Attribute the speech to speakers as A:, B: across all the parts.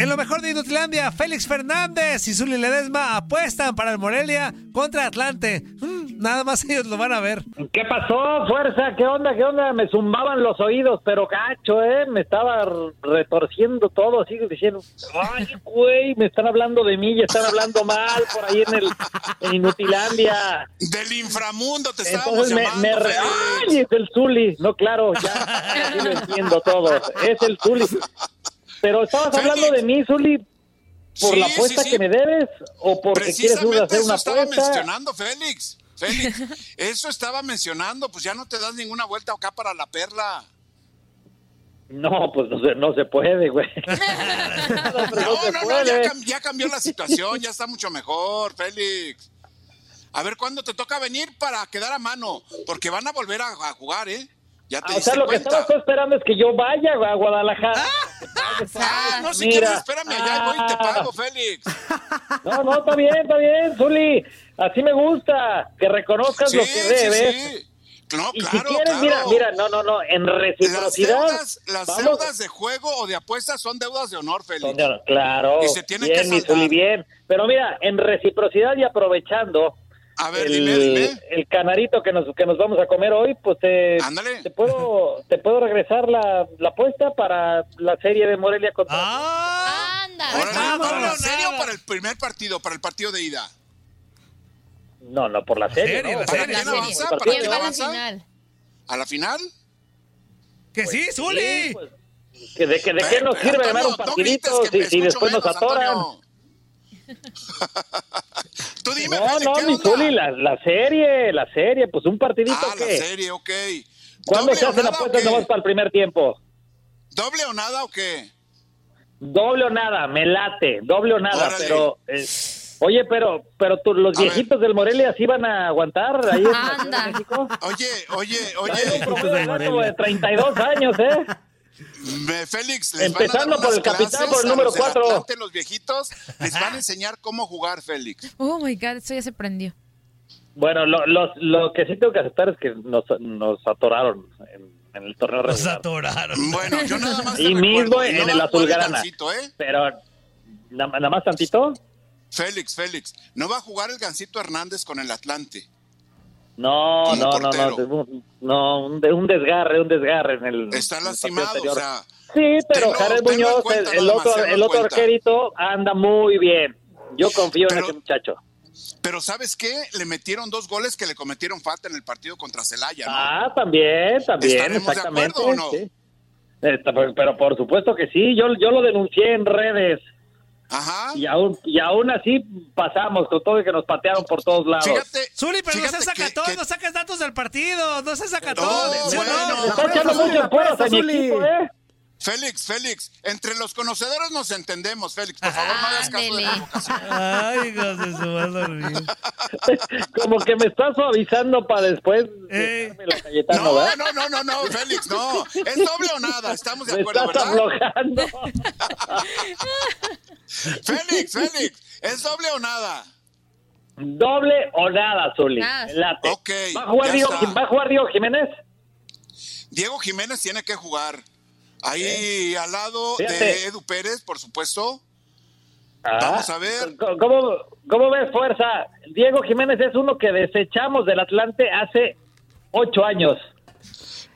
A: En lo mejor de Inutilandia, Félix Fernández y Zuli Ledesma apuestan para el Morelia contra Atlante. Mm, nada más ellos lo van a ver.
B: ¿Qué pasó, fuerza? ¿Qué onda? ¿Qué onda? Me zumbaban los oídos, pero cacho, ¿eh? Me estaba retorciendo todo, así diciendo, ay, güey, me están hablando de mí y están hablando mal por ahí en el en Inutilandia.
C: Del inframundo te estábamos
B: Entonces me,
C: llamando. ¿eh?
B: me re-
C: Félix.
B: ¡Ay, es el Zuli! No, claro, ya, así lo entiendo todo. Es el Zuli. Pero estabas hablando de mí, Zuli, por
C: Sí,
B: la apuesta
C: sí, sí.
B: que me debes o porque quieres
C: Precisamente
B: hacer
C: eso
B: una
C: estaba
B: apuesta.
C: mencionando, Félix. Félix, eso estaba mencionando, pues ya no te das ninguna vuelta acá para la perla.
B: No, pues no se, no se puede, güey. no, pues no
C: No,
B: se
C: no, no, ya,
B: puede.
C: cam- ya cambió la situación, ya está mucho mejor, Félix. A ver, ¿cuándo te toca venir para quedar a mano? Porque van a volver a, a jugar, ¿eh? Ya te
B: Ah, o
C: diste
B: sea, lo que
C: cuenta.
B: estabas tú esperando es que yo vaya a Guadalajara.
C: Ah, no, si
B: Mira.
C: quieres, espérame allá, voy y te
B: Ah.
C: pago, Félix.
B: No, no, está bien, está bien, Zuli. Así me gusta, que reconozcas
C: Sí,
B: lo que
C: sí,
B: debes.
C: sí. No,
B: Y si
C: claro,
B: quieres,
C: claro.
B: mira, mira, no, no, no, en
C: las
B: reciprocidad.
C: deudas, las
B: vamos-
C: deudas de juego o de apuestas son deudas de honor, Félix.
B: Son de honor, Claro.
C: Y se tienen
B: bien,
C: que
B: mi
C: saldar.
B: Zuli, bien. Pero mira, en reciprocidad y aprovechando
C: A ver,
B: el,
C: dime, dime.
B: el canarito que nos, que nos vamos a comer hoy, pues te,
C: Ándale.
B: te puedo te puedo regresar la, la apuesta para la serie de Morelia contra.
A: ¡Ah!
D: Anda.
C: Ahora,
A: Vamos,
C: no, no, no, ¿En
A: vamos.
C: serio para el primer partido, para el partido de ida?
B: No, no, por la serie.
A: serie,
B: ¿no?
A: la
C: ¿Para
A: serie. la
C: quién
A: serie.
C: avanza?
B: ¿Para
C: ¿Para
B: quién
C: quién
D: Llevan al
C: avanza?
D: final.
C: ¿A la final?
A: ¡Que sí,
B: Sí,
A: Zuli!
B: pues, que ¿De, que- de
C: Eh,
B: qué nos
C: pero,
B: sirve ganar
C: Antonio,
B: un
C: no
B: partidito
C: grites, que
B: si,
C: me
B: si
C: escucho
B: después nos
C: menos,
B: atoran?
C: Antonio. Tú dime,
B: No,
C: Félix,
B: no,
C: ¿qué
B: mi
C: onda?
B: Zuli, la, la serie, la serie, pues un partidito
C: Ah, la
B: que.
C: serie, ok.
B: ¿Cuándo
C: ¿Doble
B: se
C: o
B: hacen
C: nada o
B: apuestas
C: qué?
B: nomás para el primer tiempo?
C: ¿Doble o nada o qué?
B: Doble o nada, me late, doble o nada,
C: Órale.
B: pero eh, oye, pero pero tú, los
C: A ver.
B: viejitos del Morelia sí van a aguantar ahí en la Ciudad de
D: Anda.
B: México.
C: Oye, oye,
B: Hay un
C: oye,
B: promedio de edad como de 32 años, ¿eh?
C: me- Félix, les
B: Empezando
C: van a dar
B: por
C: unas
B: el capitán,
C: clases
B: por el
C: a
B: número
C: los del
B: cuatro.
C: Atlante, los viejitos les van a enseñar cómo jugar, Félix.
D: Oh my god, esto ya se prendió.
B: Bueno, lo, los- lo que sí tengo que aceptar es que nos, nos atoraron en, en el torneo
A: Los
B: regular.
A: atoraron.
C: Bueno, yo nada más te
B: Y mismo
C: recuerdo,
B: en,
C: no
B: el
C: me acuerdo
B: Azulgrana.
C: tantito, ¿eh?
B: Pero na- nada más tantito.
C: Félix, Félix, no va a jugar el Gancito Hernández con el Atlante.
B: No,
C: Como
B: no, no, no,
C: portero.
B: un- no, un, de- un desgarre, un desgarre en el.
C: Está
B: en el partido
C: lastimado, o
B: anterior.
C: sea,
B: Sí, pero
C: Tenlo-
B: Jared
C: tenlo en
B: Muñoz,
C: cuenta
B: el, el
C: nada más,
B: otro,
C: tenlo en
B: el otro
C: cuenta.
B: arquerito, anda muy bien. Yo confío en
C: Pero-
B: ese muchacho.
C: pero ¿sabes qué? Le metieron dos goles que le cometieron falta en el partido contra Celaya, ¿no?
B: Ah, también, también,
C: ¿Estaremos de
B: exactamente.
C: acuerdo o no?
B: sí. Eh, pero- Pero por supuesto que sí, yo, yo lo denuncié en redes
C: Ajá.
B: y aún, y aún así pasamos con todo y que nos patearon por todos lados.
C: Fíjate.
A: Zuli, pero no
C: fíjate
A: seas
C: que-
A: sacatón,
C: que-
A: no saques datos del partido, no seas sacatón.
C: No,
A: ¿sí o
C: bueno.
A: no?
B: Se está echando
E: Zuli,
B: muchos
E: la
B: pueros a mi
E: presa, Zuli.
B: equipo, ¿eh?
C: Félix, Félix, entre los conocedores nos entendemos, Félix. Por favor, no hagas caso de la
D: Ándele.
C: vocación.
A: Ay, hijos de su madre.
B: Como que me está suavizando para después.
A: Eh.
B: dejarme la Cayetano,
C: No,
B: ¿verdad?
C: no, no, no, no, Félix, no. Es doble o nada, estamos de
B: Me
C: acuerdo,
B: estás
C: ¿verdad?
B: aflojando.
C: Félix, Félix, es doble o nada.
B: Doble o nada, Zuli.
D: Nada.
B: Late.
C: Ok,
B: ¿Va, a jugar
C: ya
B: Diego,
C: está.
B: ¿Va a jugar Diego Jiménez?
C: Diego Jiménez tiene que jugar. Ahí al lado
B: Fíjate.
C: de Edu Pérez, por supuesto.
B: Ah.
C: Vamos a ver.
B: ¿Cómo- ¿Cómo, cómo ves fuerza? Diego Jiménez es uno que desechamos del Atlante hace ocho años.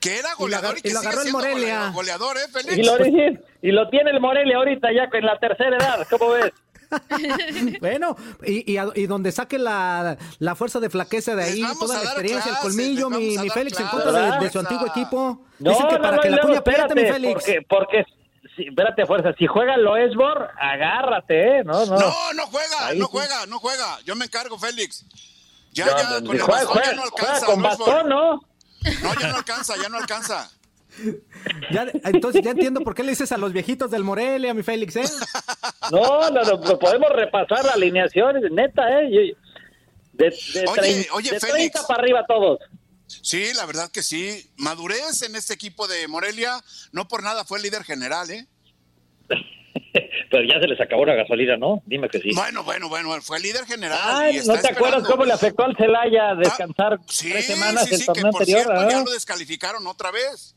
C: Que era goleador y,
E: agar-
C: que
E: y lo
C: sigue
E: agarró el
C: siendo
E: Morelia.
C: golea- goleador, ¿eh, Félix?
B: Y lo, dicen- y lo tiene el Morelia ahorita ya en la tercera edad. ¿Cómo ves?
E: Bueno, y, y, a- y donde saque la, la fuerza de flaqueza de
C: Les
E: ahí,
C: vamos
E: toda
C: a
E: la
C: dar
E: experiencia, el
C: clases,
E: colmillo,
C: les vamos
E: mi,
C: a
E: mi
C: dar
E: Félix en
C: clases.
E: contra de, de su
C: ¿Verdad?
E: antiguo equipo.
B: No,
E: Dicen que
B: no,
E: para
B: no,
E: que la
B: luego,
E: cuña apriete, mi Félix.
B: Porque, porque si- espérate, fuerza. Si juega Loesbor, agárrate, ¿eh? No, no.
C: No, no juega,
B: Ahí
C: no
B: sí.
C: juega, no juega. Yo me encargo, Félix. Ya,
B: No,
C: ya,
B: no,
C: con el
B: juega,
C: bastón ya
B: juega-
C: no
B: juega
C: alcanza.
B: con
C: no es
B: bastón,
C: gol.
B: ¿no?
C: No, ya no alcanza, ya no alcanza.
E: Ya, entonces ya entiendo por qué le dices a los viejitos del Morelia, mi Félix, ¿eh?
B: No, no, no, pero podemos repasar la alineación, neta, ¿eh? Yo- De, de
C: Oye,
B: trein-
C: oye,
B: de
C: Félix.
B: 30 para arriba todos.
C: Sí, la verdad que sí. Madurez en este equipo de Morelia, no por nada fue el líder general, ¿eh?
B: Pero ya se les acabó la gasolina, ¿no? Dime que sí.
C: Bueno, bueno, bueno, fue el líder general.
B: Ay,
C: y
B: ¿no
C: está
B: te acuerdas
C: esperando.
B: cómo le afectó al Celaya descansar
C: Ah, sí,
B: tres semanas
C: sí,
B: del
C: sí, que
B: torneo
C: por
B: anterior?
C: cierto, ya
B: ah?
C: lo descalificaron otra vez.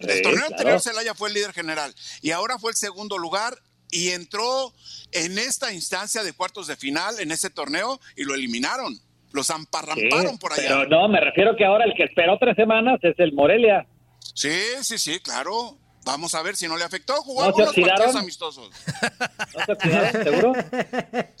B: Sí,
C: el torneo
B: claro.
C: anterior Celaya fue el líder general y ahora fue el segundo lugar y entró en esta instancia de cuartos de final en ese torneo y lo eliminaron. Los
B: Sí,
C: amparramparon por allá.
B: Pero no, me refiero que ahora el que esperó tres semanas es el Morelia.
C: Sí, sí, sí, claro. Vamos a ver si no le afectó. Jugó
B: ¿No se
C: algunos partidos
B: oxidaron?
C: amistosos.
B: ¿No te cuidaron, seguro?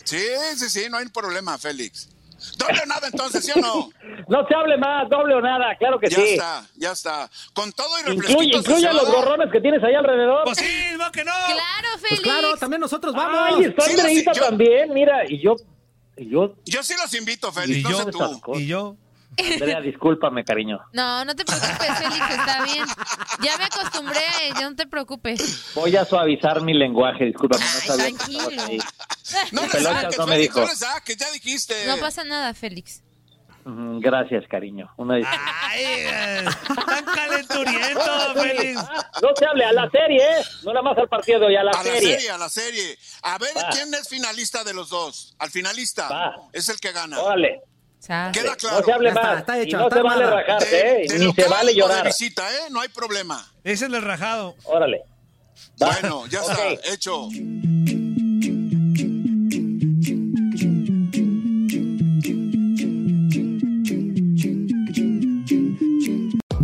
C: Sí, sí, sí, no hay problema, Félix. Doble o nada entonces, ¿sí o no?
B: No se hable más, doble o nada, claro que
C: ya
B: sí.
C: está, ya está. Con todo y
B: Incluye,
C: refresquitos de
B: incluye a los
C: cebada,
B: gorrones que tienes ahí alrededor.
A: Pues sí, no que no.
D: Claro,
E: Pues
D: Félix.
E: claro, también nosotros
B: Ay,
E: Pues vamos.
B: está
C: Sí, sí,
B: Andreita
C: yo-
B: también, mira, y yo, y yo,
C: Yo sí los invito,
A: Y
C: Félix, no
A: yo-
C: sé tú.
A: Y yo.
B: Andrea, discúlpame, cariño.
D: No, no te preocupes, Félix, está bien. Ya me acostumbré, eh, no te preocupes.
B: Voy a suavizar mi lenguaje, discúlpame,
D: Ay,
B: no sabía que
D: tranquilo.
B: estabas ahí.
C: No le
B: Pelotas
C: saques,
B: no me
C: Félix, no
B: dijo.
C: le saques, ya dijiste.
D: Pues, No pasa nada, Félix.
B: Mm, Gracias, cariño. Una
C: Ah,
B: disculpa.
A: Ay, eh, tan calenturiento, Félix.
B: No se hable a la serie, ¿eh? No nada más al partido de hoy, a la
C: a la
B: serie.
C: serie, a la serie. A ver
B: Va.
C: quién es finalista de los dos. Al finalista
B: Va.
C: es el que gana.
B: Órale,
D: Sas.
C: Queda
B: no se
C: Ah, claro.
B: hable
E: Ya está,
B: más.
E: está hecho,
B: y no
E: está
B: se vale
E: armada.
B: rajarte, ¿eh?
C: de
B: Ni se
C: local
B: vale
C: o De
B: llorar.
C: visita, ¿eh? No hay problema.
A: Ese es el rajado.
B: Órale. Va.
C: Bueno, ya
B: Ok.
C: está, hecho.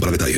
F: para detalles.